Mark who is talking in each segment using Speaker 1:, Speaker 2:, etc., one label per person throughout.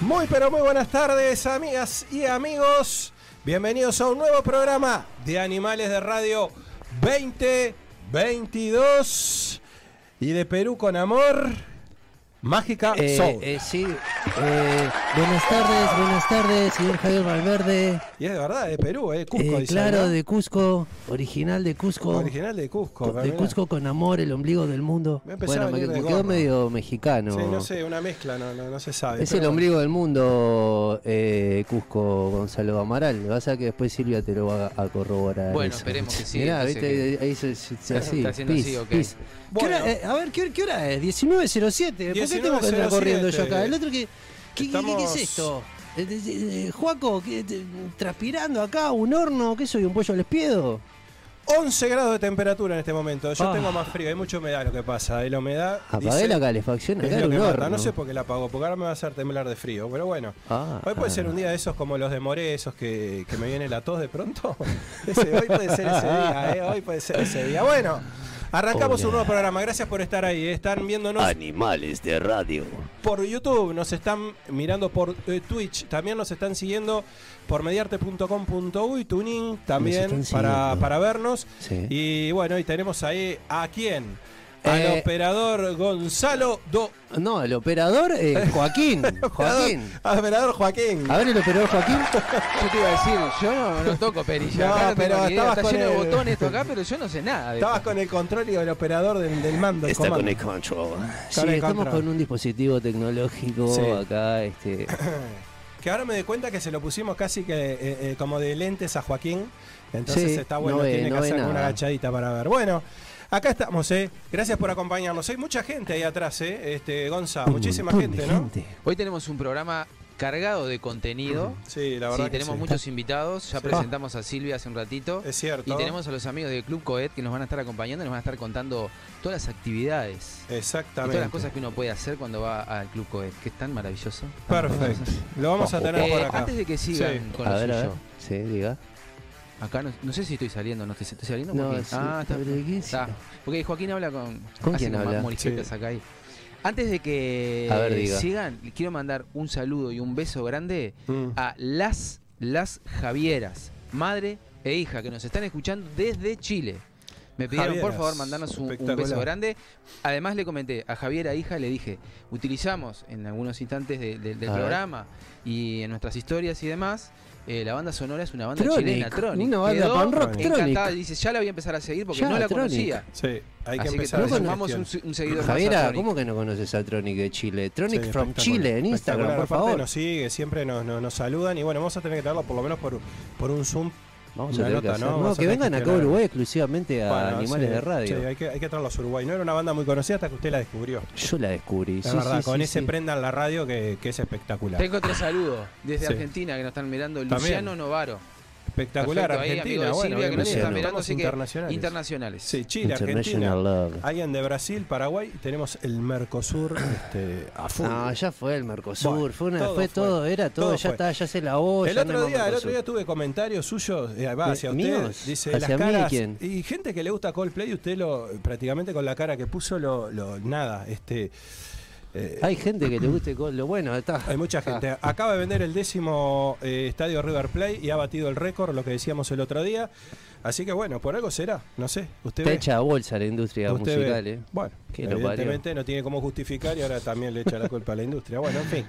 Speaker 1: Muy pero muy buenas tardes amigas y amigos. Bienvenidos a un nuevo programa de Animales de Radio 2022 y de Perú con Amor. Mágica
Speaker 2: Eh,
Speaker 1: Soul.
Speaker 2: eh, sí. Eh, buenas tardes, buenas tardes, señor Javier Valverde.
Speaker 1: y es de verdad, de Perú, eh, Cusco.
Speaker 2: Eh,
Speaker 1: dice,
Speaker 2: claro,
Speaker 1: ¿verdad?
Speaker 2: de Cusco, original de Cusco.
Speaker 1: Original de Cusco.
Speaker 2: Co- de
Speaker 1: mirá.
Speaker 2: Cusco con amor, el ombligo del mundo.
Speaker 1: Me empezaba
Speaker 2: Bueno,
Speaker 1: a
Speaker 2: me,
Speaker 1: venir de
Speaker 2: me quedó
Speaker 1: gorro.
Speaker 2: medio mexicano.
Speaker 1: Sí, no sé, una mezcla, no, no, no se sabe.
Speaker 2: Es
Speaker 1: pero
Speaker 2: el ombligo del mundo, eh, Cusco Gonzalo Amaral. Vas a que después Silvia te lo va a corroborar.
Speaker 3: Bueno,
Speaker 2: eso.
Speaker 3: esperemos que sí,
Speaker 2: Mirá,
Speaker 3: entonces
Speaker 2: viste, ahí se, se- se- así.
Speaker 3: Está haciendo
Speaker 2: pis,
Speaker 3: así, ok.
Speaker 2: pis. ¿Qué
Speaker 1: Bueno.
Speaker 2: hora, eh, a ver, ¿qué, qué hora es? 19.07. ¿Por qué tengo que andar
Speaker 1: 19.07?
Speaker 2: corriendo yo acá? El otro que. ¿Qué, qué-
Speaker 1: eh. Estamos-
Speaker 2: qué es esto? Eh, eh, eh, Juaco, ¿qué- te- transpirando acá, un horno, ¿qué soy? ¿Un pollo al espiedo?
Speaker 1: 11 grados de temperatura en este momento. Yo
Speaker 2: Ah.
Speaker 1: tengo más frío, hay mucha humedad lo que pasa. Y la humedad.
Speaker 2: Apagué
Speaker 1: dice-
Speaker 2: la calefacción,
Speaker 1: Es
Speaker 2: acá
Speaker 1: lo
Speaker 2: era
Speaker 1: que
Speaker 2: un
Speaker 1: mata.
Speaker 2: horno.
Speaker 1: No sé por qué la apagó, porque ahora me va a hacer temblar de frío, pero bueno.
Speaker 2: Ah,
Speaker 1: hoy puede
Speaker 2: ah.
Speaker 1: ser un día de esos como los de More, esos que, que me viene la tos de pronto. Ese- hoy puede ser ese día, ¿eh? Hoy puede ser ese día. Bueno, arrancamos
Speaker 2: Hola.
Speaker 1: un nuevo programa. Gracias por estar ahí. ¿eh? Están viéndonos
Speaker 2: Animales de radio.
Speaker 1: por YouTube, nos están mirando por eh, Twitch, también nos están siguiendo por mediarte.com.uy, tuning también
Speaker 2: Nos están
Speaker 1: para,
Speaker 2: siguiendo.
Speaker 1: para vernos.
Speaker 2: Sí.
Speaker 1: Y bueno, y tenemos ahí a quién. Al
Speaker 2: Eh,
Speaker 1: operador Gonzalo Do.
Speaker 2: No, el operador eh, Joaquín. Joaquín. Ah.
Speaker 1: Al operador Joaquín.
Speaker 2: A ver el operador Joaquín.
Speaker 3: Yo te iba a decir, yo no, no toco perilla.
Speaker 1: No,
Speaker 3: acá no tengo
Speaker 1: pero
Speaker 3: ni idea,
Speaker 1: estabas
Speaker 3: Está
Speaker 1: con
Speaker 3: lleno de
Speaker 1: el-
Speaker 3: botones esto acá, pero yo no sé nada. de
Speaker 1: Estabas
Speaker 3: esto.
Speaker 1: con el control y el operador del, del mando. el
Speaker 4: Está con
Speaker 1: comando.
Speaker 4: el control.
Speaker 2: Sí,
Speaker 1: Cara de
Speaker 2: estamos
Speaker 1: contra.
Speaker 2: con un dispositivo tecnológico
Speaker 1: Sí.
Speaker 2: acá, este.
Speaker 1: Que ahora me doy cuenta que se lo pusimos casi que eh, eh, como de lentes a Joaquín. Entonces
Speaker 2: Sí,
Speaker 1: está bueno,
Speaker 2: no ve-
Speaker 1: tiene
Speaker 2: no
Speaker 1: que
Speaker 2: ve
Speaker 1: hacer una
Speaker 2: nada.
Speaker 1: agachadita para ver. Bueno, acá estamos, ¿eh? Gracias por acompañarnos. Hay mucha gente ahí atrás, ¿eh? Este, Gonza,
Speaker 2: un
Speaker 1: muchísima
Speaker 2: montón de
Speaker 1: gente, ¿no?
Speaker 3: Hoy tenemos un programa cargado de contenido.
Speaker 1: Sí, la verdad.
Speaker 3: Sí,
Speaker 1: que
Speaker 3: tenemos
Speaker 1: sí.
Speaker 3: muchos invitados. Ya
Speaker 1: Sí.
Speaker 3: presentamos a Silvia hace un ratito.
Speaker 1: Es cierto.
Speaker 3: Y tenemos a los amigos del Club Coet que nos van a estar acompañando y nos van a estar contando todas las actividades. Y
Speaker 1: Exactamente.
Speaker 3: todas las cosas que uno puede hacer cuando va al Club Coet, que es tan maravilloso. tan
Speaker 1: Perfecto.
Speaker 3: maravilloso.
Speaker 1: Lo vamos a tener
Speaker 3: Eh,
Speaker 1: por acá.
Speaker 3: antes de que sigan
Speaker 1: Sí.
Speaker 3: con
Speaker 2: a
Speaker 3: lo
Speaker 2: ver, a ver.
Speaker 3: suyo,
Speaker 2: Sí, diga.
Speaker 3: acá no, no sé si estoy saliendo, no estoy, estoy saliendo.
Speaker 2: No,
Speaker 3: Joaquín?
Speaker 2: sí,
Speaker 3: ah, está,
Speaker 2: pero ¿de qué
Speaker 3: Está.
Speaker 2: se-
Speaker 3: Porque Joaquín habla con.
Speaker 2: ¿Con
Speaker 3: hace
Speaker 2: quién
Speaker 3: como
Speaker 2: habla?
Speaker 3: morijetas
Speaker 1: Sí.
Speaker 3: acá ahí. Antes de que
Speaker 2: A ver, diga.
Speaker 3: sigan, le quiero mandar un saludo y un beso grande
Speaker 1: Mm.
Speaker 3: a las, las Javieras, madre e hija, que nos están escuchando desde Chile. Me pidieron
Speaker 1: Javieras,
Speaker 3: por favor mandarnos un- un, beso
Speaker 1: espectacular.
Speaker 3: grande. Además le comenté a Javiera, hija, le dije, utilizamos en algunos instantes de- de- del
Speaker 2: A ver.
Speaker 3: programa y en nuestras historias y demás, eh, la banda sonora es una banda
Speaker 2: Tronic,
Speaker 3: chilena, Tronic.
Speaker 2: una banda
Speaker 3: Quedó
Speaker 2: pan rock,
Speaker 3: encantada,
Speaker 2: Tronic.
Speaker 3: dice, ya la voy a empezar a seguir porque
Speaker 2: Ya,
Speaker 3: no la
Speaker 2: Tronic.
Speaker 3: conocía.
Speaker 1: Sí, hay que empezar
Speaker 3: Así que
Speaker 1: a
Speaker 2: Tronic,
Speaker 1: hacer
Speaker 3: sumamos un,
Speaker 1: gestión.
Speaker 3: un seguidor más a
Speaker 2: Javiera,
Speaker 3: Tronic.
Speaker 2: ¿cómo que no conoces a Tronic de Chile? Tronic
Speaker 1: Sí,
Speaker 2: from
Speaker 1: espectacular,
Speaker 2: Chile en
Speaker 1: espectacular.
Speaker 2: Instagram, por
Speaker 1: Aparte
Speaker 2: favor.
Speaker 1: nos sigue, siempre nos, nos, nos saludan. Y bueno, vamos a tener que darlo por lo menos por, por un Zoom.
Speaker 2: Vamos
Speaker 1: una
Speaker 2: a tener que
Speaker 1: nota,
Speaker 2: hacer.
Speaker 1: ¿no?
Speaker 2: No,
Speaker 1: Vamos a
Speaker 2: que
Speaker 1: tener
Speaker 2: vengan
Speaker 1: que
Speaker 2: acá a
Speaker 1: hablar.
Speaker 2: Uruguay exclusivamente a
Speaker 1: Bueno,
Speaker 2: animales
Speaker 1: sí,
Speaker 2: de radio.
Speaker 1: sí, hay que, hay que traerlos a Uruguay. No era una banda muy conocida hasta que usted la descubrió.
Speaker 2: Yo la descubrí.
Speaker 1: La
Speaker 2: sí,
Speaker 1: verdad,
Speaker 2: sí,
Speaker 1: con
Speaker 2: sí,
Speaker 1: ese
Speaker 2: sí.
Speaker 1: prendan la radio que, que es espectacular.
Speaker 3: Tengo otro saludo desde
Speaker 1: Sí.
Speaker 3: Argentina que nos están mirando,
Speaker 1: También.
Speaker 3: Luciano Novaro.
Speaker 1: espectacular,
Speaker 3: Perfecto, ahí,
Speaker 1: Argentina.
Speaker 3: amigo de
Speaker 1: bueno,
Speaker 3: Silvia, que nos
Speaker 1: bienvenido.
Speaker 3: está
Speaker 2: Luciano.
Speaker 3: mirando,
Speaker 1: Estamos
Speaker 3: así que
Speaker 1: internacionales.
Speaker 3: internacionales.
Speaker 1: Sí, Chile, Argentina.
Speaker 2: International Love.
Speaker 1: Alguien de Brasil, Paraguay. y Tenemos el Mercosur este, a full.
Speaker 2: No, ya fue el Mercosur,
Speaker 1: Bueno,
Speaker 2: fue, una,
Speaker 1: todo
Speaker 2: fue
Speaker 1: fue,
Speaker 2: todo, era todo,
Speaker 1: todo
Speaker 2: ya
Speaker 1: fue.
Speaker 2: está, ya se lavó.
Speaker 1: El
Speaker 2: ya no hay
Speaker 1: otro,
Speaker 2: más
Speaker 1: día, el
Speaker 2: Mercosur.
Speaker 1: otro día tuve comentarios suyos, eh, va,
Speaker 2: ¿De-
Speaker 1: hacia
Speaker 2: míos?
Speaker 1: usted, dice
Speaker 2: ¿Hacia
Speaker 1: las
Speaker 2: mí
Speaker 1: caras
Speaker 2: quién?
Speaker 1: y gente que le gusta Coldplay, usted lo prácticamente con la cara que puso lo, lo- nada, este eh,
Speaker 2: Hay gente que le guste con lo bueno, está.
Speaker 1: hay mucha gente. Acaba de vender el décimo eh, estadio River Play y ha batido el récord, lo que decíamos el otro día. Así que bueno, por algo será, no sé. Usted
Speaker 2: Está
Speaker 1: ve,
Speaker 2: hecha a bolsa la industria
Speaker 1: usted ve.
Speaker 2: musical, ¿eh?
Speaker 1: Bueno,
Speaker 2: Que lo parió.
Speaker 1: evidentemente no tiene cómo justificar y ahora también le echa la culpa a la industria. Bueno, en fin.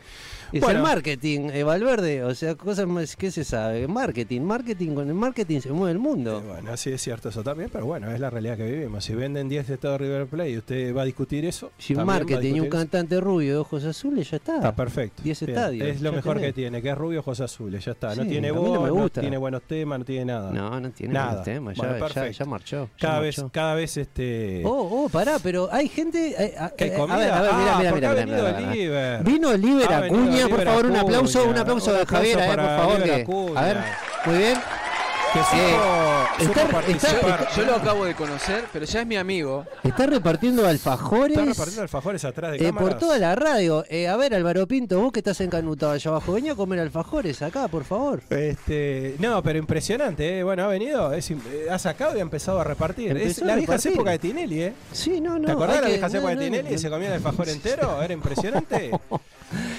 Speaker 2: Es
Speaker 1: Bueno.
Speaker 2: el marketing, eh, Valverde, o sea, cosas más que se sabe. Marketing, marketing, con el marketing se mueve el mundo.
Speaker 1: Eh, bueno, sí es cierto eso también, pero bueno, es la realidad que vivimos. Si venden 10 de todo River Plate y usted va a discutir eso. también
Speaker 2: Sin
Speaker 1: va a
Speaker 2: marketing, un
Speaker 1: discutir eso.
Speaker 2: cantante rubio de ojos azules, ya está.
Speaker 1: Está perfecto.
Speaker 2: 10
Speaker 1: Bien,
Speaker 2: estadios,
Speaker 1: Es lo
Speaker 2: ya
Speaker 1: mejor que
Speaker 2: tenés.
Speaker 1: tiene, que es rubio ojos azules, ya está. No
Speaker 2: Sí,
Speaker 1: tiene
Speaker 2: a mí
Speaker 1: voz,
Speaker 2: no me
Speaker 1: no,
Speaker 2: gusta.
Speaker 1: tiene buenos temas, no tiene nada.
Speaker 2: No, no tiene
Speaker 1: Nada.
Speaker 2: ningún tema, ya,
Speaker 1: Bueno,
Speaker 2: ya-
Speaker 1: perfecto.
Speaker 2: ya marchó. ya
Speaker 1: cada vez,
Speaker 2: marchó.
Speaker 1: cada vez este.
Speaker 2: Oh, oh, pará, pero hay gente. eh, a-
Speaker 1: ¿Qué
Speaker 2: eh,
Speaker 1: comida?
Speaker 2: A ver, a ver,
Speaker 1: Ah,
Speaker 2: mirá, mirá,
Speaker 1: porque ha
Speaker 2: mirá, mirá,
Speaker 1: venido
Speaker 2: mirá, mirá.
Speaker 1: Oliver.
Speaker 2: Vino Oliver
Speaker 1: Ha venido
Speaker 2: Acuña, por
Speaker 1: Oliver
Speaker 2: favor, un
Speaker 1: Acuña.
Speaker 2: aplauso, un aplauso
Speaker 1: Un
Speaker 2: de
Speaker 1: aplauso
Speaker 2: Javier, eh, por
Speaker 1: para
Speaker 2: favor.
Speaker 1: Oliver
Speaker 2: que-
Speaker 1: Acuña.
Speaker 2: a ver, muy bien.
Speaker 1: que supo,
Speaker 2: eh, está-
Speaker 1: supo participar.
Speaker 2: está-
Speaker 3: Yo lo acabo de conocer, pero ya es mi amigo.
Speaker 2: Está repartiendo alfajores.
Speaker 1: Está repartiendo alfajores atrás de
Speaker 2: eh,
Speaker 1: cámaras.
Speaker 2: por toda la radio. Eh, a ver, Álvaro Pinto, vos que estás encanutado allá abajo, vení a comer alfajores acá, por favor.
Speaker 1: Este, no, pero impresionante, ¿eh? Bueno, ha venido, es im- eh, ha sacado y ha empezado a repartir. Es
Speaker 2: Empezó a
Speaker 1: la vieja
Speaker 2: repartir.
Speaker 1: época de Tinelli, ¿eh?
Speaker 2: Sí, no, no.
Speaker 1: ¿Te acordás
Speaker 2: hay
Speaker 1: de la
Speaker 2: que-
Speaker 1: vieja
Speaker 2: no,
Speaker 1: época
Speaker 2: no,
Speaker 1: de Tinelli?
Speaker 2: no.
Speaker 1: se comía el alfajor entero, era impresionante.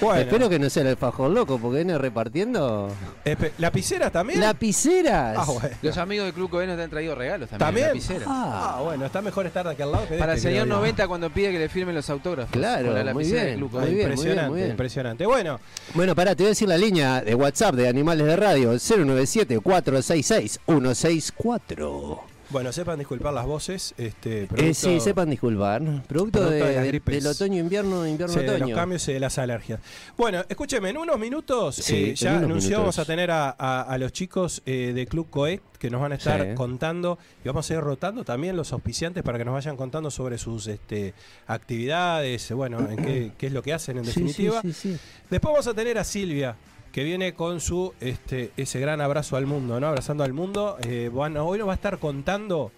Speaker 2: Espero
Speaker 1: Bueno,
Speaker 2: que no sea el alfajor loco, porque viene repartiendo.
Speaker 1: espe- ¿lapicera también?
Speaker 2: ¡Lapiceras!
Speaker 1: Ah, bueno.
Speaker 3: Los amigos del Club Coveno te han traído regalos también.
Speaker 1: ¿También?
Speaker 3: lapiceras.
Speaker 1: Ah, bueno, está mejor estar de aquel lado que de
Speaker 3: Para el
Speaker 1: este,
Speaker 3: señor
Speaker 1: creo yo.
Speaker 3: 90 cuando pide que le firmen los autógrafos.
Speaker 2: Claro,
Speaker 3: Con la
Speaker 2: muy
Speaker 3: lapicera
Speaker 2: bien,
Speaker 3: del Club
Speaker 1: Ah,
Speaker 2: muy
Speaker 3: Coveno.
Speaker 2: bien,
Speaker 1: impresionante,
Speaker 2: muy bien.
Speaker 1: impresionante. Bueno,
Speaker 2: Bueno, pará, te voy a decir la línea de WhatsApp de Animales de Radio, 097-466-164.
Speaker 1: bueno, sepan disculpar las voces. Este,
Speaker 2: Eh,
Speaker 1: producto-
Speaker 2: sí, sepan disculpar. Producto,
Speaker 1: producto
Speaker 2: de-
Speaker 1: de las
Speaker 2: de-
Speaker 1: gripes.
Speaker 2: del otoño-invierno,
Speaker 1: Sí, de los
Speaker 2: invierno-otoño.
Speaker 1: cambios y de las alergias. Bueno, escúcheme, en unos minutos
Speaker 2: Sí,
Speaker 1: eh,
Speaker 2: en
Speaker 1: ya
Speaker 2: unos
Speaker 1: anunció, vamos
Speaker 2: minutos.
Speaker 1: a tener a, a- a los chicos eh, de Club Coet que nos van a estar
Speaker 2: Sí.
Speaker 1: contando y vamos a ir rotando también los auspiciantes para que nos vayan contando sobre sus este, actividades, bueno, en qué, qué es lo que hacen en
Speaker 2: Sí, sí,
Speaker 1: definitiva.
Speaker 2: sí, sí.
Speaker 1: Después vamos a tener a Silvia, que viene con su este, ese gran abrazo al mundo, ¿no? Abrazando al mundo. Eh, van- hoy nos va a estar contando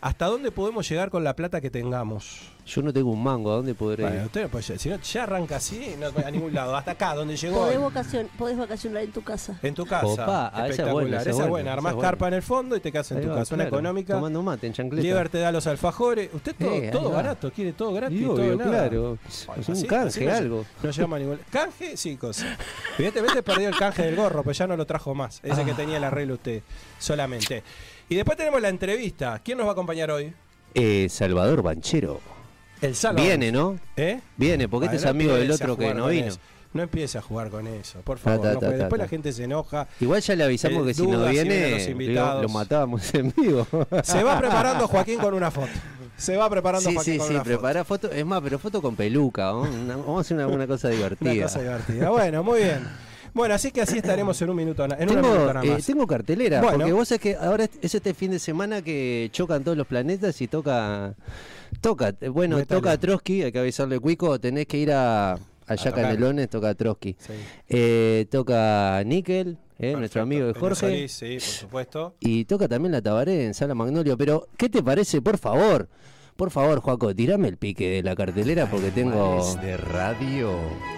Speaker 1: hasta dónde podemos llegar con la plata que tengamos.
Speaker 2: Yo no tengo un mango, ¿a dónde podré
Speaker 1: Bueno,
Speaker 2: ir?
Speaker 1: usted no puede llegar, si no, ya arranca así, no va a ningún lado, hasta acá, donde llegó.
Speaker 4: Podés,
Speaker 1: hoy.
Speaker 4: vacacion- podés vacacionar en tu casa.
Speaker 1: En tu casa.
Speaker 2: Opa, ah, esa es buena, esa es buena, esa
Speaker 1: Armás
Speaker 2: es buena.
Speaker 1: carpa en el fondo y te quedas en
Speaker 2: Ahí
Speaker 1: tu
Speaker 2: va,
Speaker 1: casa. Una
Speaker 2: claro,
Speaker 1: económica.
Speaker 2: Tomando mate en chancleta.
Speaker 1: Lieber te da los alfajores. Usted todo,
Speaker 2: Eh, ahí
Speaker 1: todo
Speaker 2: va.
Speaker 1: barato, quiere todo gratis.
Speaker 2: Y
Speaker 1: todo
Speaker 2: obvio,
Speaker 1: nada.
Speaker 2: claro.
Speaker 1: Bueno,
Speaker 2: Es
Speaker 1: así-
Speaker 2: un
Speaker 1: así
Speaker 2: canje,
Speaker 1: no lle-
Speaker 2: algo.
Speaker 1: No llegamos a ningún Canje, sí, cosa. Evidentemente perdió el canje del gorro, pero ya no lo trajo más. Ese
Speaker 2: Ah.
Speaker 1: que tenía el arreglo usted solamente. Y después tenemos la entrevista. ¿Quién nos va a acompañar hoy?
Speaker 2: Eh, Salvador Banchero.
Speaker 1: El Salvador.
Speaker 2: Viene, ¿no?
Speaker 1: ¿Eh?
Speaker 2: Viene, porque este
Speaker 1: Ah,
Speaker 2: es
Speaker 1: no
Speaker 2: amigo del
Speaker 1: empiece a
Speaker 2: otro que
Speaker 1: jugar
Speaker 2: no
Speaker 1: con
Speaker 2: vino.
Speaker 1: eso. No empiece a jugar con eso, por favor.
Speaker 2: ta,
Speaker 1: no,
Speaker 2: ta,
Speaker 1: porque
Speaker 2: ta,
Speaker 1: después
Speaker 2: ta.
Speaker 1: la gente se enoja.
Speaker 2: Igual ya le avisamos
Speaker 1: El
Speaker 2: que si no
Speaker 1: duda, si vienen
Speaker 2: viene,
Speaker 1: los
Speaker 2: lo,
Speaker 1: invitados.
Speaker 2: lo matábamos en vivo.
Speaker 1: Se va preparando Joaquín con una foto. Se va preparando
Speaker 2: sí,
Speaker 1: Joaquín
Speaker 2: sí,
Speaker 1: con
Speaker 2: sí,
Speaker 1: una foto.
Speaker 2: prepara foto. Es más, pero foto con peluca. ¿no? Una- vamos a hacer una, una cosa divertida.
Speaker 1: Una cosa divertida. Bueno, muy bien. Bueno, así que así estaremos en un minuto, na- en una
Speaker 2: Tengo,
Speaker 1: minuto nada
Speaker 2: eh,
Speaker 1: más.
Speaker 2: tengo cartelera,
Speaker 1: Bueno.
Speaker 2: porque vos es que ahora es, es este fin de semana que chocan todos los planetas y toca, toca, eh, bueno,
Speaker 1: Métale.
Speaker 2: toca a Trotsky, hay que avisarle Cuico, tenés que ir a allá
Speaker 1: tocar.
Speaker 2: Canelones, toca a Trotsky.
Speaker 1: Sí.
Speaker 2: Eh, toca Nickel, eh,
Speaker 1: Perfecto.
Speaker 2: nuestro amigo de
Speaker 1: Enio
Speaker 2: Jorge.
Speaker 1: Solís, Sí, por supuesto.
Speaker 2: Y toca también la Tabaré en Sala Magnolio. Pero, ¿qué te parece? Por favor, por favor, Joaco, tirame el pique de la cartelera porque tengo.
Speaker 5: Animales de radio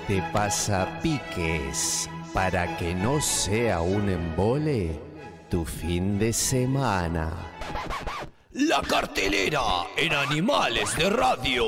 Speaker 5: te pasa piques para que no sea un embole tu fin de semana. La cartelera en Animales de Radio.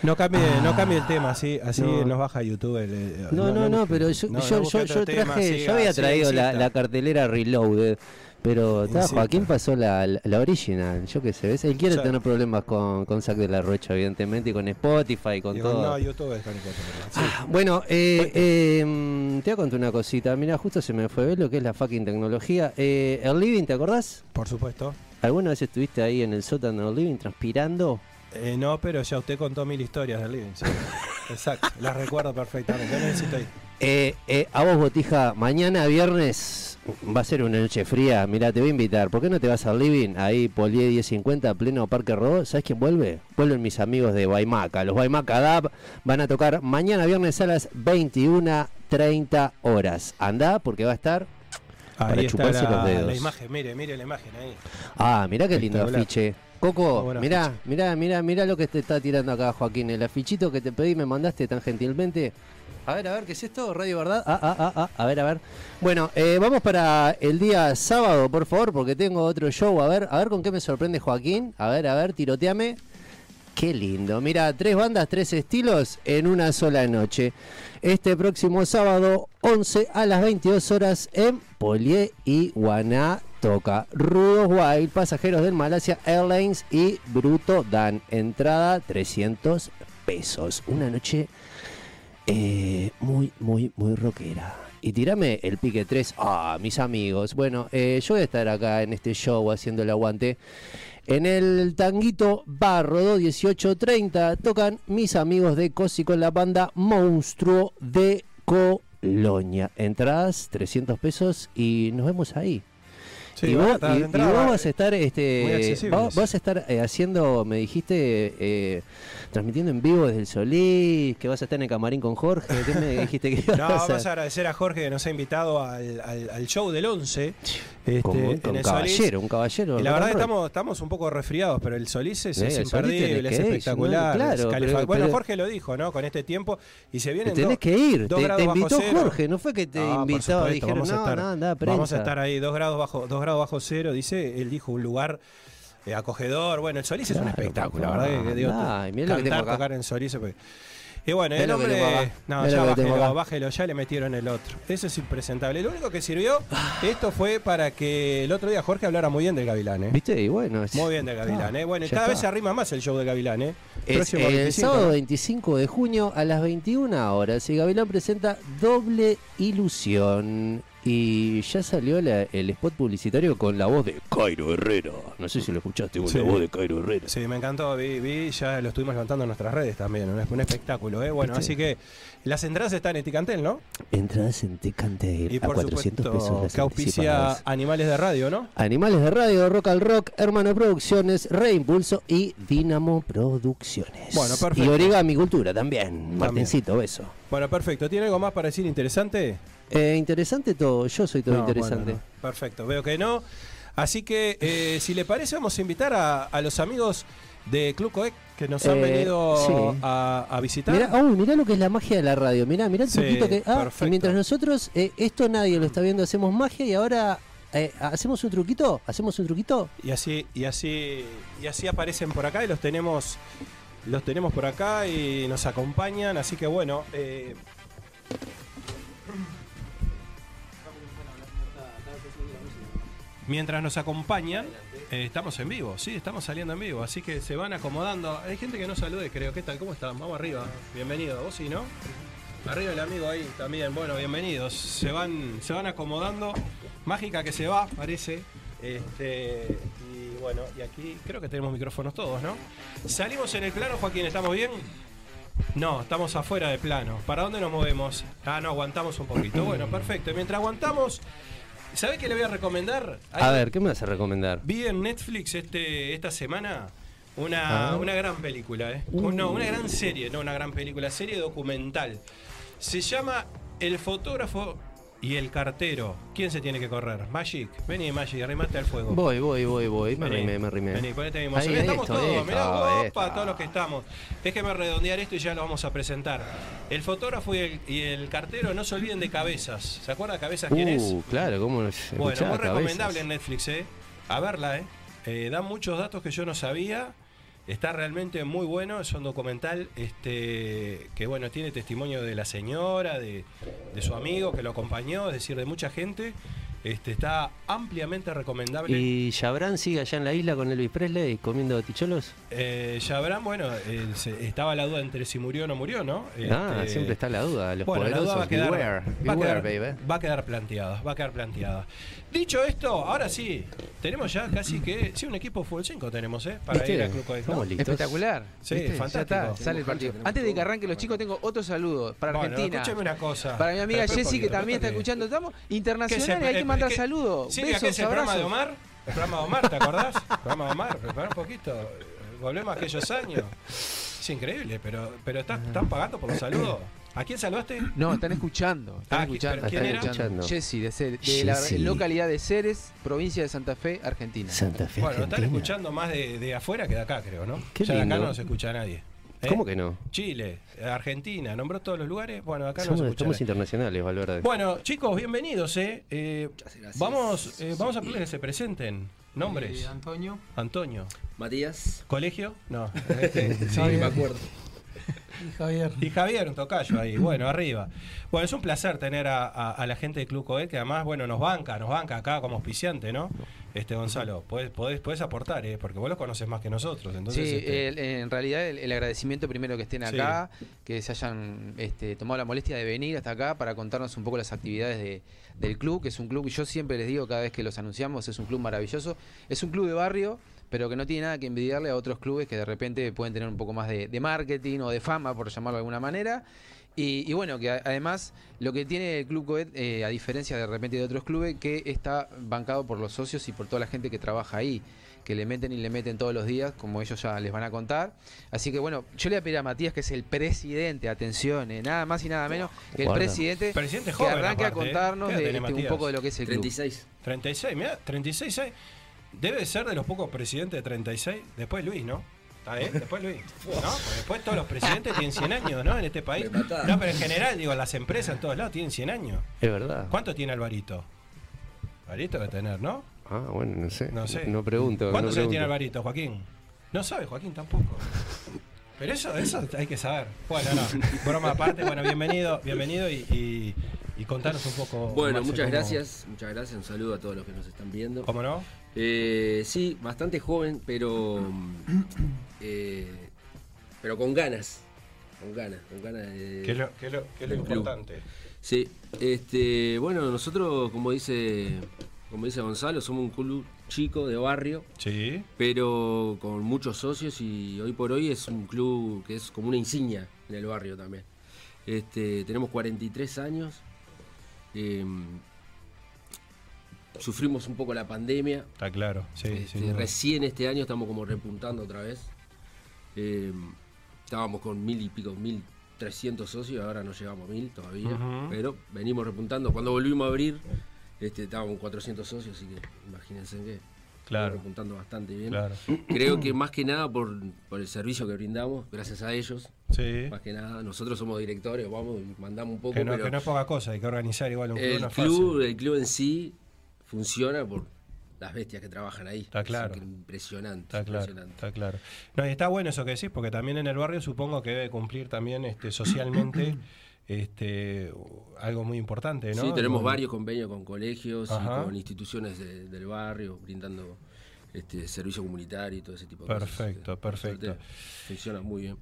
Speaker 1: No cambie, no cambie el tema, así, así nos baja YouTube. el, eh,
Speaker 2: No, no, no,
Speaker 1: busque-
Speaker 2: pero yo,
Speaker 1: no,
Speaker 2: yo,
Speaker 1: no busque
Speaker 2: yo,
Speaker 1: otro
Speaker 2: yo
Speaker 1: tema,
Speaker 2: traje,
Speaker 1: siga,
Speaker 2: yo había
Speaker 1: siga,
Speaker 2: traído la,
Speaker 1: insista.
Speaker 2: la cartelera Reloaded, pero ta,
Speaker 1: Insista.
Speaker 2: Joaquín pasó la, la- la original, yo qué sé, ¿ves? Él quiere
Speaker 1: Sí.
Speaker 2: tener problemas con, con Zac de la Rocha, evidentemente, y con Spotify, y con
Speaker 1: Digo,
Speaker 2: todo.
Speaker 1: No, YouTube es con el cuatro, pero sí.
Speaker 2: Ah, Bueno, eh, eh, mm, te voy a contar una cosita. Mira, justo se me fue ver lo que es la fucking tecnología. Eh, el Living, ¿te acordás?
Speaker 1: Por supuesto.
Speaker 2: ¿Alguna vez estuviste ahí en el sótano del Living transpirando?
Speaker 1: Eh, no, pero ya usted contó mil historias del living. sí. Exacto, las recuerdo perfectamente. No necesito ir.
Speaker 2: Eh, eh, a vos, Botija, mañana viernes va a ser una noche fría. Mirá, te voy a invitar. ¿Por qué no te vas al living ahí, Polié 1050, pleno Parque Rodó? ¿Sabes quién vuelve? Vuelven mis amigos de Baimaca. Los Baimaca DAB van a tocar mañana viernes a las 21.30 horas. Andá porque va a estar. Para
Speaker 1: Ahí está
Speaker 2: chuparse
Speaker 1: la,
Speaker 2: los dedos.
Speaker 1: la imagen, mire, mire la imagen ahí.
Speaker 2: Ah, mirá qué lindo
Speaker 1: Espectacular.
Speaker 2: afiche.
Speaker 1: Muy
Speaker 2: Coco,
Speaker 1: buena
Speaker 2: mirá, mirá, mirá, mirá lo que te está tirando acá, Joaquín. El afichito que te pedí me mandaste tan gentilmente. A ver, a ver, ¿qué es esto? Radio Verdad. Ah, ah, ah, ah. A ver, a ver. Bueno, eh, vamos para el día sábado, por favor, porque tengo otro show. A ver, a ver con qué me sorprende Joaquín. A ver, a ver, tiroteame. Qué lindo. Mira, tres bandas, tres estilos en una sola noche. Este próximo sábado, 11 a las 22 horas en Polié y Guaná toca Rudos Wild, pasajeros del Malasia Airlines y Bruto Dan. Entrada 300 pesos. Una noche eh, muy, muy, muy rockera. Y tirame el pique 3. Ah, mis amigos. Bueno, eh, yo voy a estar acá en este show haciendo el aguante. En el Tanguito Barro 1830 tocan mis amigos de Cosi con la banda Monstruo de Colonia. Entradas, 300 pesos y nos vemos ahí.
Speaker 1: Sí,
Speaker 2: y,
Speaker 1: barata
Speaker 2: vos,
Speaker 1: las
Speaker 2: y- y
Speaker 1: entradas,
Speaker 2: vos vas
Speaker 1: eh,
Speaker 2: a estar,
Speaker 1: muy
Speaker 2: este,
Speaker 1: accesibles.
Speaker 2: vos, vas a estar eh, haciendo, me dijiste, eh, transmitiendo en vivo desde el Solís, que vas a estar en el camarín con Jorge, ¿qué me dijiste que ibas
Speaker 1: No,
Speaker 2: a hacer?
Speaker 1: vamos a agradecer a Jorge que nos ha invitado al, al- al show del 11. este,
Speaker 2: Como un,
Speaker 1: en
Speaker 2: un
Speaker 1: el Solís.
Speaker 2: caballero, un caballero.
Speaker 1: Y la verdad que
Speaker 2: rock and roll.
Speaker 1: estamos, estamos un poco resfriados, pero el Solís es,
Speaker 2: Sí,
Speaker 1: es
Speaker 2: el Solís
Speaker 1: imperdible,
Speaker 2: tenés
Speaker 1: es
Speaker 2: que ir,
Speaker 1: espectacular.
Speaker 2: no,
Speaker 1: es
Speaker 2: claro,
Speaker 1: califa-
Speaker 2: pero-
Speaker 1: bueno,
Speaker 2: pero-
Speaker 1: Jorge lo dijo, ¿no? Con este tiempo. Y se vienen
Speaker 2: Te tenés
Speaker 1: dos-
Speaker 2: que ir, te,
Speaker 1: dos
Speaker 2: te
Speaker 1: grados bajo
Speaker 2: invitó
Speaker 1: cero.
Speaker 2: Jorge, no fue que te
Speaker 1: No, Ah, por
Speaker 2: invitó,
Speaker 1: supuesto,
Speaker 2: dijeron,
Speaker 1: vamos a
Speaker 2: no,
Speaker 1: estar,
Speaker 2: no, anda, prensa.
Speaker 1: Vamos a estar ahí, dos grados bajo, dos grados bajo cero, dice, él dijo un lugar eh, acogedor. Bueno, el Solís es un
Speaker 2: Claro,
Speaker 1: espectáculo, la
Speaker 2: papá,
Speaker 1: verdad que digo,
Speaker 2: andá, y mirá lo que
Speaker 1: cantar,
Speaker 2: tengo acá.
Speaker 1: tocar en Solís. pues. Y bueno,
Speaker 2: Mirá
Speaker 1: el
Speaker 2: lo que tengo
Speaker 1: hombre.
Speaker 2: acá.
Speaker 1: No,
Speaker 2: Mirá
Speaker 1: ya
Speaker 2: lo que tengo acá.
Speaker 1: bájelo, bájelo, ya le metieron el otro. Eso es impresentable. Lo único que sirvió,
Speaker 2: Ah.
Speaker 1: esto fue para que el otro día Jorge hablara muy bien del Gavilán, ¿eh?
Speaker 2: ¿Viste? Y bueno. es-
Speaker 1: Muy bien del Gavilán,
Speaker 2: Ah,
Speaker 1: ¿eh? Bueno, y
Speaker 2: ya
Speaker 1: cada vez se
Speaker 2: está.
Speaker 1: arrima más el show del Gavilán, ¿eh?
Speaker 2: Es
Speaker 1: Próximo
Speaker 2: el
Speaker 1: 25,
Speaker 2: sábado
Speaker 1: ¿no?
Speaker 2: 25 de junio a las 21 horas. Y Gavilán presenta Doble Ilusión. Y ya salió la- el spot publicitario con la voz de Cairo Herrera. No sé si lo escuchaste con
Speaker 1: Sí.
Speaker 2: la voz de Cairo Herrera.
Speaker 1: Sí, me encantó, vi, vi, ya lo estuvimos levantando en nuestras redes también, un, un espectáculo, ¿eh? Bueno,
Speaker 2: Sí.
Speaker 1: así que las entradas están en Ticantel, ¿no?
Speaker 2: Entradas en Tecante
Speaker 1: Y
Speaker 2: a
Speaker 1: por
Speaker 2: 400 pesos.
Speaker 1: supuesto,
Speaker 2: las
Speaker 1: que auspicia
Speaker 2: anticipadas.
Speaker 1: Animales de Radio, ¿no?
Speaker 2: Animales de Radio, Rock al Rock, Hermano Producciones, Reimpulso y Dinamo Producciones.
Speaker 1: Bueno, perfecto.
Speaker 2: Y Origami Cultura también. Martincito, beso.
Speaker 1: Bueno, perfecto. ¿Tiene algo más para decir interesante?
Speaker 2: Eh, interesante todo, yo soy todo
Speaker 1: No,
Speaker 2: interesante.
Speaker 1: bueno, no. Perfecto, veo que no. Así que, eh, si le parece, vamos a invitar a, a los amigos de Club Coec que nos han
Speaker 2: Eh,
Speaker 1: venido
Speaker 2: sí.
Speaker 1: a, a visitar.
Speaker 2: Mirá, uy, mirá lo que es la magia de la radio. Mirá, mirá el
Speaker 1: Sí,
Speaker 2: truquito que. Ah,
Speaker 1: perfecto.
Speaker 2: y mientras nosotros, eh, esto nadie lo está viendo, hacemos magia y ahora eh, hacemos un truquito, hacemos un truquito.
Speaker 1: Y así, y así, y así aparecen por acá y los tenemos, los tenemos por acá y nos acompañan. Así que bueno, eh, mientras nos acompañan, eh, estamos en vivo, sí, estamos saliendo en vivo, así que se van acomodando. Hay gente que no salude, creo. ¿Qué tal? ¿Cómo están? Vamos arriba. Bienvenido, vos sí, ¿no? Arriba el amigo ahí también. Bueno, bienvenidos. Se van, se van acomodando. Mágica que se va, parece. Este, y bueno, y aquí creo que tenemos micrófonos todos, ¿no? Salimos en el plano, Joaquín, ¿estamos bien? No, estamos afuera de plano. ¿Para dónde nos movemos? Ah, no, aguantamos un poquito. Bueno, perfecto. Mientras aguantamos, ¿sabés qué le voy a recomendar?
Speaker 2: A ver, ¿qué me vas a recomendar?
Speaker 1: Vi en Netflix este, esta semana una,
Speaker 2: Ah.
Speaker 1: una gran película, ¿eh?
Speaker 2: Uh.
Speaker 1: No, una gran serie, no una gran película, serie documental. Se llama El fotógrafo y el cartero. ¿Quién se tiene que correr? Magic. Vení, Magic, arrimate al fuego.
Speaker 2: Voy, voy, voy, voy. Me arrimé, me arrimé.
Speaker 1: Vení, ponete mismo.
Speaker 2: Ahí, ahí
Speaker 1: estamos
Speaker 2: estoy, ahí
Speaker 1: todos, mirá,
Speaker 2: estoy, ahí
Speaker 1: opa,
Speaker 2: está.
Speaker 1: todos los que estamos. Déjeme redondear esto y ya lo vamos a presentar. El fotógrafo y el, y el cartero, no se olviden de Cabezas. ¿Se acuerda de Cabezas quién es?
Speaker 2: Uh, claro, ¿cómo
Speaker 1: Bueno,
Speaker 2: lo escuchaba,
Speaker 1: muy
Speaker 2: cabezas.
Speaker 1: recomendable en Netflix, ¿eh? A verla, ¿eh? Eh, Dan muchos datos que yo no sabía. Está realmente muy bueno. Es un documental este, que, bueno, tiene testimonio de la señora, de, de su amigo que lo acompañó, es decir, de mucha gente. Este, está ampliamente recomendable.
Speaker 2: ¿Y Chabran sigue allá en la isla con Elvis Presley comiendo ticholos?
Speaker 1: Eh, Chabran, bueno, eh, se- estaba la duda entre si murió o no murió, ¿no?
Speaker 2: ah,
Speaker 1: Este,
Speaker 2: siempre está la duda. Los
Speaker 1: bueno, la
Speaker 2: poderosos.
Speaker 1: duda va a quedar,
Speaker 2: beware,
Speaker 1: va a
Speaker 2: beware,
Speaker 1: quedar-
Speaker 2: baby.
Speaker 1: va a quedar planteada, va a quedar planteada. Dicho esto, ahora sí, tenemos ya casi que, sí, un equipo Full 5 tenemos, ¿eh? Para
Speaker 2: ¿Viste?
Speaker 1: ir al Club Coex, ¿no?
Speaker 2: Estamos listos.
Speaker 3: Espectacular.
Speaker 1: Sí,
Speaker 3: ¿Viste? Ya
Speaker 1: fantástico.
Speaker 3: está, sale el partido. Antes de que arranquen los chicos, tengo otro saludo para
Speaker 1: Bueno,
Speaker 3: Argentina.
Speaker 1: escúchame una cosa.
Speaker 3: Para mi amiga
Speaker 1: Espera un
Speaker 3: Jessy, que
Speaker 1: poquito,
Speaker 3: también está
Speaker 1: espérate.
Speaker 3: escuchando. Estamos
Speaker 1: ¿Qué es el-
Speaker 3: internacionales, hay
Speaker 1: eh,
Speaker 3: que mandar
Speaker 1: qué-
Speaker 3: saludos.
Speaker 1: Sí, mira, ¿qué es
Speaker 3: Besos,
Speaker 1: el programa de
Speaker 3: abrazos.
Speaker 1: Omar? El programa de Omar, ¿te acordás? El programa de Omar, prepara un poquito. Volvemos a aquellos años. Es increíble, pero, pero estás, están pagando por los saludos. ¿A quién saludaste?
Speaker 3: No, están escuchando. Están
Speaker 1: Ah,
Speaker 3: escuchando.
Speaker 1: ¿pero quién
Speaker 3: Están
Speaker 1: era?
Speaker 3: escuchando. Jessy, de, Ceres- de la
Speaker 2: Jessy.
Speaker 3: localidad de Ceres, provincia de Santa Fe, Argentina.
Speaker 2: Santa Fe.
Speaker 1: Bueno, están
Speaker 2: Argentina.
Speaker 1: escuchando más de, de afuera que de acá, creo, ¿no?
Speaker 2: Qué
Speaker 1: ya de acá
Speaker 2: lindo.
Speaker 1: no nos escucha nadie. ¿eh?
Speaker 2: ¿Cómo que no?
Speaker 1: Chile, Argentina, nombró todos los lugares. Bueno, acá
Speaker 2: Somos,
Speaker 1: no se escucha
Speaker 2: estamos
Speaker 1: nada.
Speaker 2: internacionales, Valverde.
Speaker 1: Bueno, chicos, bienvenidos, ¿eh? Eh, vamos, eh, vamos a pedirles que se presenten. Nombres. Antonio. Antonio.
Speaker 6: Matías.
Speaker 1: ¿Colegio? No. Este, sí, me acuerdo. Y Javier. Y Javier, un tocayo ahí. Bueno, arriba. Bueno, es un placer tener a, a- a la gente de Club Coed, que además, bueno, nos banca, nos banca acá como auspiciante, ¿no? Este, Gonzalo, podés, podés, podés aportar, ¿eh? Porque vos los conoces más que nosotros. Entonces,
Speaker 3: sí, eh,
Speaker 1: este,
Speaker 3: el- en realidad el, el agradecimiento primero que estén
Speaker 1: Sí.
Speaker 3: acá, que se hayan este, tomado la molestia de venir hasta acá para contarnos un poco las actividades de- del club, que es un club, yo siempre les digo cada vez que los anunciamos, es un club maravilloso, es un club de barrio, pero que no tiene nada que envidiarle a otros clubes que de repente pueden tener un poco más de, de marketing o de fama, por llamarlo de alguna manera. Y, y bueno, que a- además lo que tiene el Club Coet, eh, a diferencia de repente de otros clubes, que está bancado por los socios y por toda la gente que trabaja ahí, que le meten y le meten todos los días, como ellos ya les van a contar. Así que bueno, yo le voy a pedir a Matías, que es el presidente, atención, eh, nada más y nada menos, que el
Speaker 5: Guarda.
Speaker 3: presidente,
Speaker 1: Presidente
Speaker 3: que
Speaker 1: joven,
Speaker 3: arranque a
Speaker 1: aparte, ¿eh?
Speaker 3: contarnos
Speaker 1: ¿Qué edad
Speaker 3: de-
Speaker 1: tiene
Speaker 3: de un
Speaker 1: Matías?
Speaker 3: poco de lo que es el club.
Speaker 6: 36.
Speaker 1: 36, mira, 36 eh. Debe ser de los pocos presidentes de 36. Después Luis, ¿no? ¿Está bien? Después Luis. ¿No? Porque después todos los presidentes tienen 100 años, ¿no? En este país.
Speaker 6: Me mataron.
Speaker 1: No, pero en general, digo, las empresas en todos lados tienen 100 años.
Speaker 5: Es verdad.
Speaker 1: ¿Cuánto tiene Alvarito? Alvarito debe tener, ¿no?
Speaker 5: Ah, bueno, no sé.
Speaker 1: No sé.
Speaker 5: No pregunto.
Speaker 1: ¿Cuántos
Speaker 5: no
Speaker 1: años tiene
Speaker 5: pregunto.
Speaker 1: Alvarito, Joaquín? No sabe, Joaquín, tampoco. Pero eso, eso hay que saber. Bueno, no. Broma aparte, bueno, bienvenido, bienvenido y, y, y contanos un poco.
Speaker 6: Bueno,
Speaker 1: Marce,
Speaker 6: muchas
Speaker 1: cómo-
Speaker 6: gracias, muchas gracias, un saludo a todos los que nos están viendo.
Speaker 1: ¿Cómo no?
Speaker 6: Eh, sí, bastante joven, pero mm, eh, pero con ganas, con ganas, con ganas de...
Speaker 1: ¿Qué es lo, qué es lo- qué es lo
Speaker 6: El Eh, club.
Speaker 1: importante?
Speaker 6: Sí, este, bueno, nosotros, como dice, como dice Gonzalo, somos un club chico de barrio,
Speaker 1: Sí.
Speaker 6: pero con muchos socios y hoy por hoy es un club que es como una insignia en el barrio también. Este, tenemos 43 años, eh, sufrimos un poco la pandemia,
Speaker 1: Está claro, sí,
Speaker 6: este,
Speaker 1: sin duda.
Speaker 6: recién este año estamos como repuntando otra vez. Eh, estábamos con mil y pico, mil trescientos socios, ahora no llegamos a mil todavía,
Speaker 1: Ujú.
Speaker 6: pero venimos repuntando. Cuando volvimos a abrir, este, estábamos con 400 socios, así que imagínense que estamos
Speaker 1: Claro,
Speaker 6: repuntando bastante bien.
Speaker 1: claro.
Speaker 6: Creo que más que nada por, por el servicio que brindamos, gracias a ellos,
Speaker 1: Sí.
Speaker 6: más que nada. Nosotros somos directores, vamos, y mandamos un poco,
Speaker 1: Que no,
Speaker 6: pero
Speaker 1: que no es poca cosa, hay que organizar igual un club. no
Speaker 6: el
Speaker 1: es fácil.
Speaker 6: club, el club en sí funciona por las bestias que trabajan ahí.
Speaker 1: Está
Speaker 6: Es
Speaker 1: claro.
Speaker 6: incre- Impresionante.
Speaker 1: Está claro,
Speaker 6: impresionante.
Speaker 1: está claro. No, y está bueno eso que decís, porque también en el barrio supongo que debe cumplir también este, socialmente este, algo muy importante, ¿no?
Speaker 6: Sí, tenemos
Speaker 1: Como-
Speaker 6: varios convenios con colegios
Speaker 1: Ajá.
Speaker 6: y con instituciones de- del barrio, brindando este servicio comunitario y todo ese tipo de
Speaker 1: Perfecto,
Speaker 6: cosas. Por
Speaker 1: perfecto.
Speaker 6: suerte, Funciona muy bien.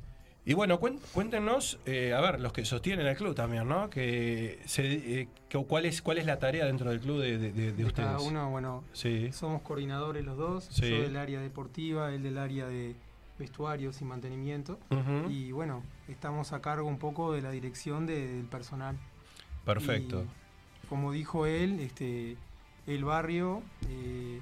Speaker 1: Y bueno, cuen- cuéntenos, eh, a ver, los que sostienen el club también, ¿no? Que se, eh, que- ¿cuál, es, ¿Cuál es la tarea dentro del club de, de- de- de
Speaker 7: De
Speaker 1: ustedes?
Speaker 7: cada uno, bueno,
Speaker 1: Sí,
Speaker 7: somos coordinadores los dos,
Speaker 1: Sí.
Speaker 7: yo del área deportiva, él del área de vestuarios y mantenimiento.
Speaker 1: Ujú,
Speaker 7: Y bueno, estamos a cargo un poco de la dirección de- del personal.
Speaker 1: perfecto.
Speaker 7: Y como dijo él, este, el barrio eh,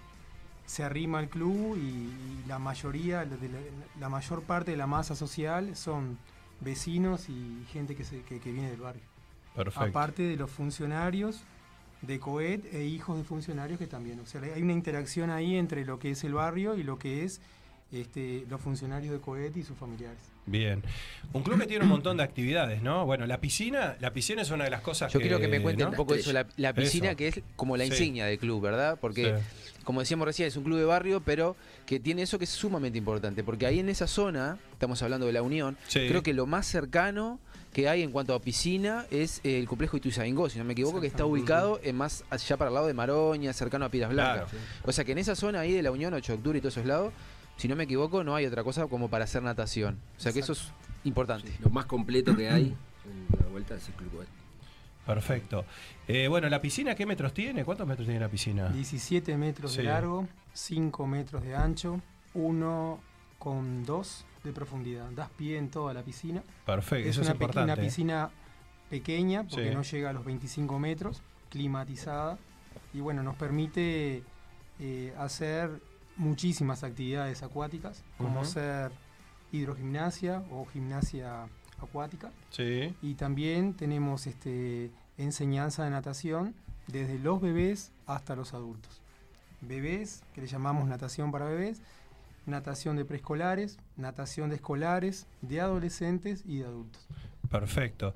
Speaker 7: se arrima al club y, y la mayoría, la, de la- la mayor parte de la masa social son vecinos y gente que, se- que- que viene del barrio.
Speaker 1: Perfecto.
Speaker 7: Aparte de los funcionarios de COET e hijos de funcionarios que también. O sea, hay una interacción ahí entre lo que es el barrio y lo que es este, los funcionarios de COET y sus familiares.
Speaker 1: Bien. Un club que tiene un montón de actividades, ¿no? Bueno, la piscina, la piscina es una de las cosas
Speaker 3: Yo
Speaker 1: que.
Speaker 3: quiero que me cuenten
Speaker 1: Eh, ¿no?
Speaker 3: un poco eso, la, la piscina
Speaker 1: Eso.
Speaker 3: que es como la
Speaker 1: Sí.
Speaker 3: insignia del club, ¿verdad? Porque, como decíamos recién, es un club de barrio, pero que tiene eso que es sumamente importante, porque ahí en esa zona, estamos hablando de la Unión,
Speaker 1: Sí.
Speaker 3: creo que lo más cercano que hay en cuanto a piscina es eh, el complejo Ituzaingó, si no me equivoco, que está ubicado en más allá para el lado de Maroña, cercano a Piedras
Speaker 1: Claro.
Speaker 3: Blancas. O sea que en esa zona ahí de la Unión, 8 de octubre y todos esos lados, si no me equivoco, no hay otra cosa como para hacer natación. O sea que eso es importante.
Speaker 6: Lo más completo que hay en la vuelta es el club. Goethe.
Speaker 1: Perfecto. Eh, bueno, la piscina, ¿qué metros tiene? ¿Cuántos metros tiene la piscina?
Speaker 7: 17 metros
Speaker 1: Ah. Sí.
Speaker 7: de largo, 5 metros de ancho, 1,2 de profundidad. Das pie en toda la piscina.
Speaker 1: Perfecto,
Speaker 7: es
Speaker 1: eso
Speaker 7: una,
Speaker 1: es
Speaker 7: pe- una
Speaker 1: importante. ¿eh?
Speaker 7: piscina pequeña porque
Speaker 1: Sí.
Speaker 7: no llega a los 25 metros, climatizada. Y bueno, nos permite eh, hacer muchísimas actividades acuáticas, como
Speaker 1: Ujú.
Speaker 7: ser hidrogimnasia o gimnasia acuática.
Speaker 1: Sí,
Speaker 7: Y también tenemos este, enseñanza de natación desde los bebés hasta los adultos. Bebés, que le llamamos natación para bebés, natación de preescolares, natación de escolares, de adolescentes y de adultos.
Speaker 1: perfecto.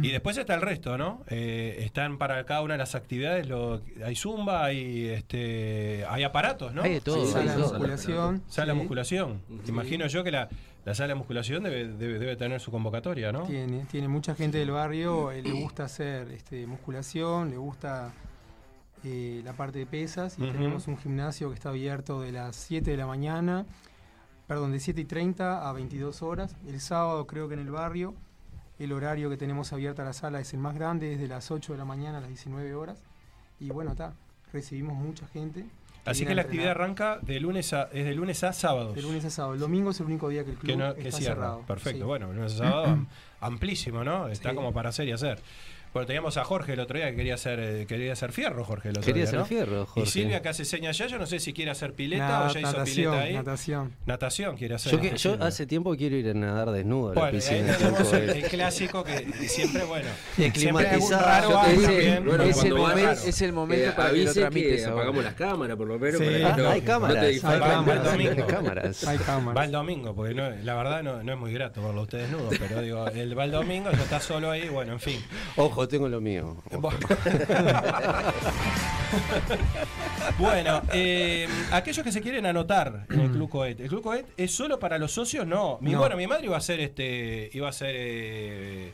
Speaker 1: Y después está el resto, ¿no? Eh, están para cada una de las actividades, lo- hay zumba, hay, este, hay aparatos, ¿no?
Speaker 3: Hay de todo,
Speaker 6: Sí,
Speaker 3: hay
Speaker 7: sala
Speaker 3: de
Speaker 7: de
Speaker 6: sí,
Speaker 3: todo.
Speaker 6: sí.
Speaker 7: musculación.
Speaker 1: Sala
Speaker 7: sí,
Speaker 1: musculación.
Speaker 6: Sí.
Speaker 1: Imagino yo que la, la sala de musculación debe, debe, debe tener su convocatoria, ¿no?
Speaker 7: Tiene, tiene mucha gente del barrio, eh, le gusta hacer este, musculación, le gusta eh, la parte de pesas y
Speaker 1: Ujú.
Speaker 7: tenemos un gimnasio que está abierto de las 7 de la mañana, perdón, de 7 y 30 a 22 horas. El sábado creo que en el barrio el horario que tenemos abierta la sala es el más grande, es de las 8 de la mañana a las 19 horas. Y bueno, está, recibimos mucha gente.
Speaker 1: Así
Speaker 7: viene
Speaker 1: que
Speaker 7: a
Speaker 1: la
Speaker 7: entrenar.
Speaker 1: actividad arranca de lunes a, es de lunes a sábados.
Speaker 7: De lunes a sábado. El domingo es el único día que el club
Speaker 1: que, no- que
Speaker 7: está
Speaker 1: cierra.
Speaker 7: cerrado.
Speaker 1: Perfecto.
Speaker 7: Sí.
Speaker 1: Bueno, el lunes a sábado am- amplísimo, ¿no? Está
Speaker 7: Sí.
Speaker 1: como para hacer y hacer. Bueno, teníamos a Jorge el otro día que quería hacer, eh, quería hacer fierro, Jorge. El otro
Speaker 2: Quería
Speaker 1: día,
Speaker 2: hacer
Speaker 1: ¿no?
Speaker 2: fierro, Jorge.
Speaker 1: Y Silvia que hace señas ya, yo no sé si quiere hacer pileta o ya hizo
Speaker 7: natación,
Speaker 1: pileta ahí.
Speaker 7: natación.
Speaker 1: Natación quiere hacer.
Speaker 2: Yo, que- yo
Speaker 1: Silvia.
Speaker 2: hace tiempo quiero ir a nadar desnudo a la
Speaker 1: Bueno, y ahí
Speaker 2: piscina. este.
Speaker 1: tenemos
Speaker 2: tanto
Speaker 1: el,
Speaker 2: es.
Speaker 1: el clásico que siempre, bueno.
Speaker 2: climatizada,
Speaker 1: Siempre algún raro
Speaker 2: yo te
Speaker 1: hay
Speaker 2: dije,
Speaker 1: también.
Speaker 6: bueno,
Speaker 3: es, el
Speaker 6: cuando
Speaker 3: ¿eh? momen-
Speaker 6: bajaron.
Speaker 3: es el momento
Speaker 6: Eh,
Speaker 3: para que lo
Speaker 6: avise
Speaker 3: tramites. ahora.
Speaker 6: apagamos las cámaras, por lo menos.
Speaker 7: Sí.
Speaker 6: para
Speaker 7: Ah,
Speaker 6: que no-
Speaker 2: hay cámaras.
Speaker 6: No te
Speaker 1: Va el
Speaker 6: distraigas.
Speaker 1: cámaras. domingo.
Speaker 2: cámaras.
Speaker 7: Hay
Speaker 1: Va el
Speaker 7: cámaras.
Speaker 1: domingo, porque no- la verdad no, no es muy grato verlo a usted desnudo, pero digo, él va el domingo, yo está solo ahí, bueno, en fin.
Speaker 2: Ojo, tengo lo mío.
Speaker 1: Bueno, eh, aquellos que se quieren anotar en el Club Coet, el Club Coet es solo para los socios, no. Mi,
Speaker 7: No.
Speaker 1: Bueno, mi madre iba a hacer este, iba a hacer eh,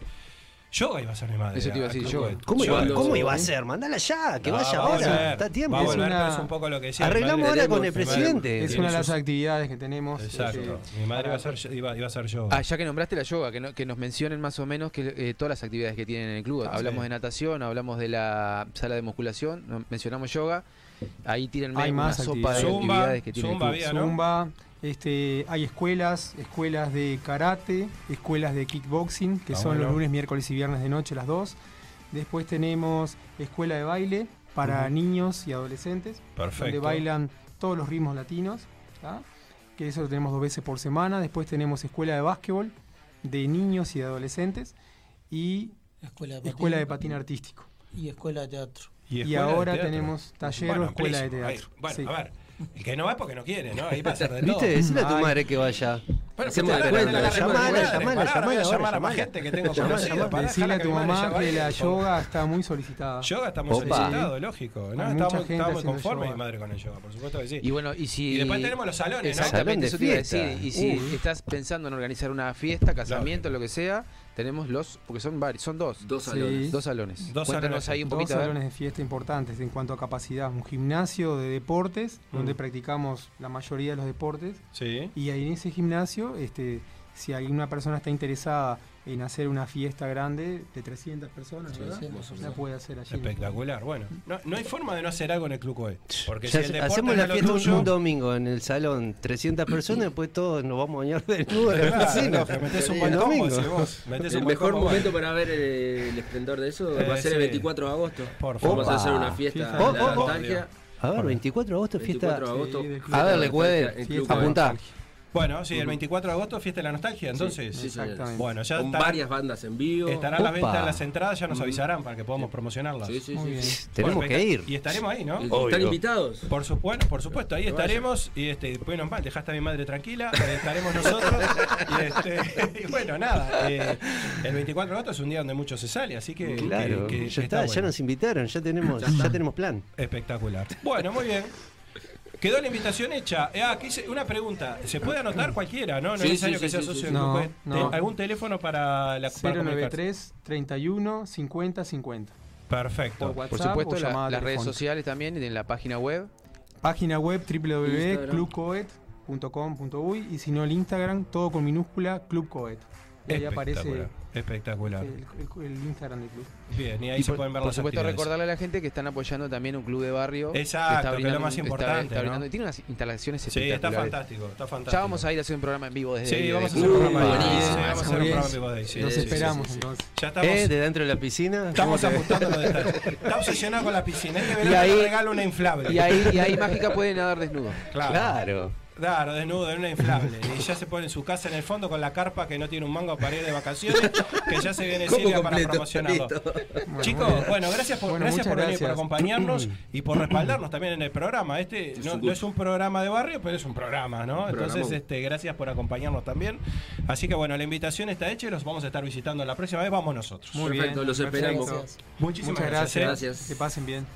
Speaker 1: yoga, iba a hacer mi madre.
Speaker 3: Eso te iba a decir,
Speaker 1: Club
Speaker 3: yoga.
Speaker 1: Coet.
Speaker 2: ¿Cómo,
Speaker 6: Yo
Speaker 2: iba,
Speaker 6: ando-
Speaker 2: ¿Cómo iba a ser? Mandala ya, que
Speaker 1: No, va
Speaker 2: vaya
Speaker 1: a
Speaker 2: ahora.
Speaker 1: volver,
Speaker 2: está a tiempo.
Speaker 1: Va a
Speaker 7: Es
Speaker 1: volver,
Speaker 7: una-
Speaker 1: pero es un poco lo que decía. mi
Speaker 2: Arreglamos
Speaker 1: madre.
Speaker 2: ahora con el
Speaker 1: Mi madre-
Speaker 2: presidente.
Speaker 7: Es
Speaker 1: tiene
Speaker 7: una de las
Speaker 1: sus-
Speaker 7: actividades que tenemos.
Speaker 1: Exacto.
Speaker 7: este,
Speaker 1: Mi madre iba a hacer, iba, iba a hacer yoga.
Speaker 3: Ah, ya que nombraste la yoga, que, no- que nos mencionen más o menos que, eh, todas las actividades que tienen en el club.
Speaker 1: Ah,
Speaker 3: hablamos
Speaker 1: sí.
Speaker 3: de natación, hablamos de la sala de musculación, no- mencionamos yoga. Ahí tírenme
Speaker 7: Hay
Speaker 3: una
Speaker 7: más
Speaker 3: sopa de
Speaker 1: actividades. Zumba,
Speaker 3: actividades que tiene
Speaker 1: zumba,
Speaker 3: el club.
Speaker 1: ¿no?
Speaker 7: Zumba, este, hay escuelas, escuelas de karate, escuelas de kickboxing, que
Speaker 1: Ah,
Speaker 7: son
Speaker 1: bueno.
Speaker 7: los lunes, miércoles y viernes de noche las dos. Después tenemos escuela de baile para niños y adolescentes, donde
Speaker 1: Perfecto.
Speaker 7: bailan todos los ritmos latinos, ¿tá? que eso lo tenemos dos veces por semana. Después tenemos escuela de básquetbol de niños y de adolescentes y
Speaker 8: Escuela de patín.
Speaker 7: escuela de patín artístico.
Speaker 8: Y escuela de teatro.
Speaker 7: Y,
Speaker 1: escuela de
Speaker 7: ahora
Speaker 1: teatro.
Speaker 7: tenemos taller
Speaker 1: Bueno,
Speaker 7: o escuela de
Speaker 1: amplísimo.
Speaker 7: teatro.
Speaker 1: Ahí, bueno,
Speaker 7: Sí.
Speaker 1: a ver. El que no va es porque no quiere, ¿no? Ahí va a ser de todo.
Speaker 2: ¿Viste? Decile a tu
Speaker 7: Ay.
Speaker 2: madre que vaya.
Speaker 1: Bueno,
Speaker 2: Hacemos
Speaker 1: pero pará, pará,
Speaker 2: cuenta, llamala,
Speaker 1: pará, pará,
Speaker 2: llamala,
Speaker 1: pará, ahora voy a
Speaker 2: llamala,
Speaker 1: llamar a más
Speaker 2: llamala.
Speaker 1: gente que tengo
Speaker 2: Llamala,
Speaker 1: conocida,
Speaker 2: llamala.
Speaker 1: pará,
Speaker 7: Decirle
Speaker 1: dejala
Speaker 7: a tu
Speaker 1: mi madre
Speaker 7: mamá
Speaker 1: ya
Speaker 7: que
Speaker 1: baile,
Speaker 7: la
Speaker 1: por
Speaker 7: yoga está muy solicitada.
Speaker 1: Yoga estamos
Speaker 2: Opa.
Speaker 1: solicitados, lógico. ¿no?
Speaker 7: mucha
Speaker 1: Estábamos-
Speaker 7: gente
Speaker 1: estábamos
Speaker 7: haciendo
Speaker 1: conformes,
Speaker 7: yoga.
Speaker 1: mi madre, con el yoga, por supuesto que sí.
Speaker 3: Y bueno, y si.
Speaker 1: Y después tenemos los salones, ¿no?
Speaker 2: Salón de
Speaker 3: Exactamente, eso te iba a decir.
Speaker 2: fiesta.
Speaker 3: Y si
Speaker 2: Uy.
Speaker 3: estás pensando en organizar una fiesta, casamiento, lo que sea, tenemos los. Porque son varios, son dos.
Speaker 6: Dos
Speaker 7: Sí.
Speaker 6: salones.
Speaker 3: Dos salones.
Speaker 1: Dos
Speaker 3: Cuéntanos
Speaker 1: salones.
Speaker 3: ahí un
Speaker 7: Dos
Speaker 3: poquito. a ver.
Speaker 7: salones de fiesta importantes en cuanto a capacidad. Un gimnasio de deportes, donde
Speaker 1: Mm.
Speaker 7: practicamos la mayoría de los deportes.
Speaker 1: Sí.
Speaker 7: Y ahí en ese gimnasio, este, si alguna persona está interesada en hacer una fiesta grande de 300 personas, ¿verdad?
Speaker 8: sí, más o
Speaker 7: la
Speaker 8: menos.
Speaker 7: puede hacer allí.
Speaker 1: Espectacular, bueno. No, no hay forma de no hacer algo en el club hoy. Porque
Speaker 2: Ya
Speaker 1: si el deporte
Speaker 2: hacemos
Speaker 1: no
Speaker 2: la
Speaker 1: es lo
Speaker 2: fiesta un-
Speaker 1: tuyo-
Speaker 2: un domingo en el salón, 300 personas, después todos nos vamos a bañar desnudos en la
Speaker 1: Claro,
Speaker 2: piscina.
Speaker 1: no, metés un
Speaker 2: El
Speaker 1: buen combo,
Speaker 2: domingo.
Speaker 1: si vos metés un
Speaker 6: El
Speaker 1: buen
Speaker 6: mejor
Speaker 1: combo,
Speaker 6: momento
Speaker 1: bueno.
Speaker 6: para ver eh, el esplendor de eso
Speaker 1: Eh,
Speaker 6: va a ser
Speaker 1: sí.
Speaker 6: el 24 de agosto.
Speaker 1: Por favor.
Speaker 6: Vamos a hacer una
Speaker 2: Opa.
Speaker 6: fiesta
Speaker 7: Oh,
Speaker 6: en la
Speaker 1: oh, oh.
Speaker 6: nostalgia.
Speaker 2: A ver, 24 de agosto, fiesta.
Speaker 6: 24 de agosto.
Speaker 7: Sí, del club.
Speaker 2: A ver, le
Speaker 6: Nostalgia
Speaker 2: puede.
Speaker 6: en Club
Speaker 2: Apuntá.
Speaker 1: Bueno, sí, el 24 de agosto, fiesta de la nostalgia, entonces.
Speaker 6: Sí, señor.
Speaker 7: Exactamente.
Speaker 1: Bueno, ya
Speaker 6: Con
Speaker 1: está-
Speaker 6: varias bandas en vivo.
Speaker 1: estarán a la venta
Speaker 2: Opa.
Speaker 1: las entradas, ya nos avisarán para que podamos promocionarlas.
Speaker 6: Sí, sí,
Speaker 7: Muy
Speaker 6: sí.
Speaker 7: bien.
Speaker 2: Tenemos
Speaker 1: Bueno,
Speaker 2: que
Speaker 1: y- Y
Speaker 2: ir.
Speaker 1: estaremos ahí, ¿no?
Speaker 6: ¿Están invitados?
Speaker 1: Por supuesto, bueno, por supuesto, ahí
Speaker 6: Que vaya.
Speaker 1: estaremos y este, bueno, mal, dejaste a mi madre tranquila, eh, estaremos nosotros y, este, y bueno, nada, eh, el 24 de agosto es un día donde mucho se sale, así que,
Speaker 2: Claro,
Speaker 1: que- que- que
Speaker 2: ya está, ya
Speaker 1: bueno.
Speaker 2: nos invitaron, ya tenemos, ya tenemos plan.
Speaker 1: espectacular. Bueno, muy bien. Quedó la invitación hecha. Eh, ah, aquí se- una pregunta. ¿Se puede anotar cualquiera, no? No
Speaker 6: Sí,
Speaker 1: es necesario
Speaker 6: sí,
Speaker 1: que
Speaker 6: sí,
Speaker 1: sea
Speaker 6: sí,
Speaker 1: socio
Speaker 6: sí,
Speaker 1: del
Speaker 7: sí.
Speaker 1: grupo.
Speaker 7: No,
Speaker 1: ¿Te-
Speaker 7: no.
Speaker 1: ¿Algún teléfono para la para comunicarse?
Speaker 7: 093 31 50 50.
Speaker 1: Perfecto.
Speaker 7: Por
Speaker 3: Por
Speaker 7: WhatsApp
Speaker 3: supuesto,
Speaker 7: o
Speaker 3: la-
Speaker 7: llamada
Speaker 3: las redes
Speaker 7: telefónica.
Speaker 3: sociales también, en la página web.
Speaker 7: Página web
Speaker 6: Instagram.
Speaker 7: www.clubcoet.com.uy y si no el Instagram, todo con minúscula, Club Coet. Y ahí aparece
Speaker 1: Espectacular. Espectacular.
Speaker 7: el, el- el Instagram del club.
Speaker 1: Bien, y ahí
Speaker 3: Y
Speaker 1: se
Speaker 3: por,
Speaker 1: pueden ver
Speaker 3: por
Speaker 1: las
Speaker 3: supuesto,
Speaker 1: actividades.
Speaker 3: recordarle a la gente que están apoyando también un club de barrio.
Speaker 1: Exacto, que es lo más
Speaker 3: un- está-
Speaker 1: importante,
Speaker 3: está brindando-
Speaker 1: ¿no?
Speaker 3: Tiene unas instalaciones
Speaker 1: Sí, está
Speaker 3: espectaculares.
Speaker 1: fantástico, está fantástico.
Speaker 3: Ya vamos a eh, uh, ir a hacer un programa en vivo desde
Speaker 1: Sí,
Speaker 3: ahí,
Speaker 1: vamos a
Speaker 3: desde
Speaker 1: hacer un
Speaker 3: el club.
Speaker 1: programa de
Speaker 6: buenísimo,
Speaker 1: sí, vamos a hacer un
Speaker 7: muy bien.
Speaker 1: programa de Bodybuilding, sí,
Speaker 7: Los
Speaker 1: sí, sí,
Speaker 7: esperamos
Speaker 1: sí, sí.
Speaker 7: entonces.
Speaker 1: Ya estamos.
Speaker 2: ¿Eh? ¿De dentro de la piscina?
Speaker 1: Estamos
Speaker 2: ¿Cómo te-
Speaker 1: apuntando los detalles. Está obsesionado con la piscina. Este verano
Speaker 3: Y ahí-
Speaker 1: le regalo una inflable.
Speaker 3: Y ahí, y ahí Mágica puede nadar desnudo.
Speaker 1: claro. claro.
Speaker 2: Claro.
Speaker 1: desnudo, en una inflable. Y ya se pone en su casa en el fondo con la carpa que no tiene un mango para ir de vacaciones. Que ya se viene Silvia para promocionarlo.
Speaker 7: Bueno, muy bien.
Speaker 1: Chicos, bueno, gracias por,
Speaker 7: Bueno,
Speaker 1: gracias
Speaker 7: muchas
Speaker 1: por venir, por
Speaker 7: gracias.
Speaker 1: acompañarnos y por respaldarnos también en el programa. Este
Speaker 6: Es
Speaker 1: no,
Speaker 6: un
Speaker 1: no es
Speaker 6: gusto.
Speaker 1: un programa de barrio, pero es un programa, ¿no?
Speaker 6: Un
Speaker 1: Entonces,
Speaker 6: programa.
Speaker 1: este, gracias por acompañarnos también. Así que bueno, la invitación está hecha y los vamos a estar visitando la próxima vez. Vamos nosotros.
Speaker 7: Muy
Speaker 6: Perfecto,
Speaker 7: bien.
Speaker 6: los esperamos.
Speaker 8: Gracias.
Speaker 1: Muchísimas
Speaker 7: Muchas
Speaker 1: gracias. ¿eh?
Speaker 7: gracias.
Speaker 6: Gracias.
Speaker 7: Que pasen bien.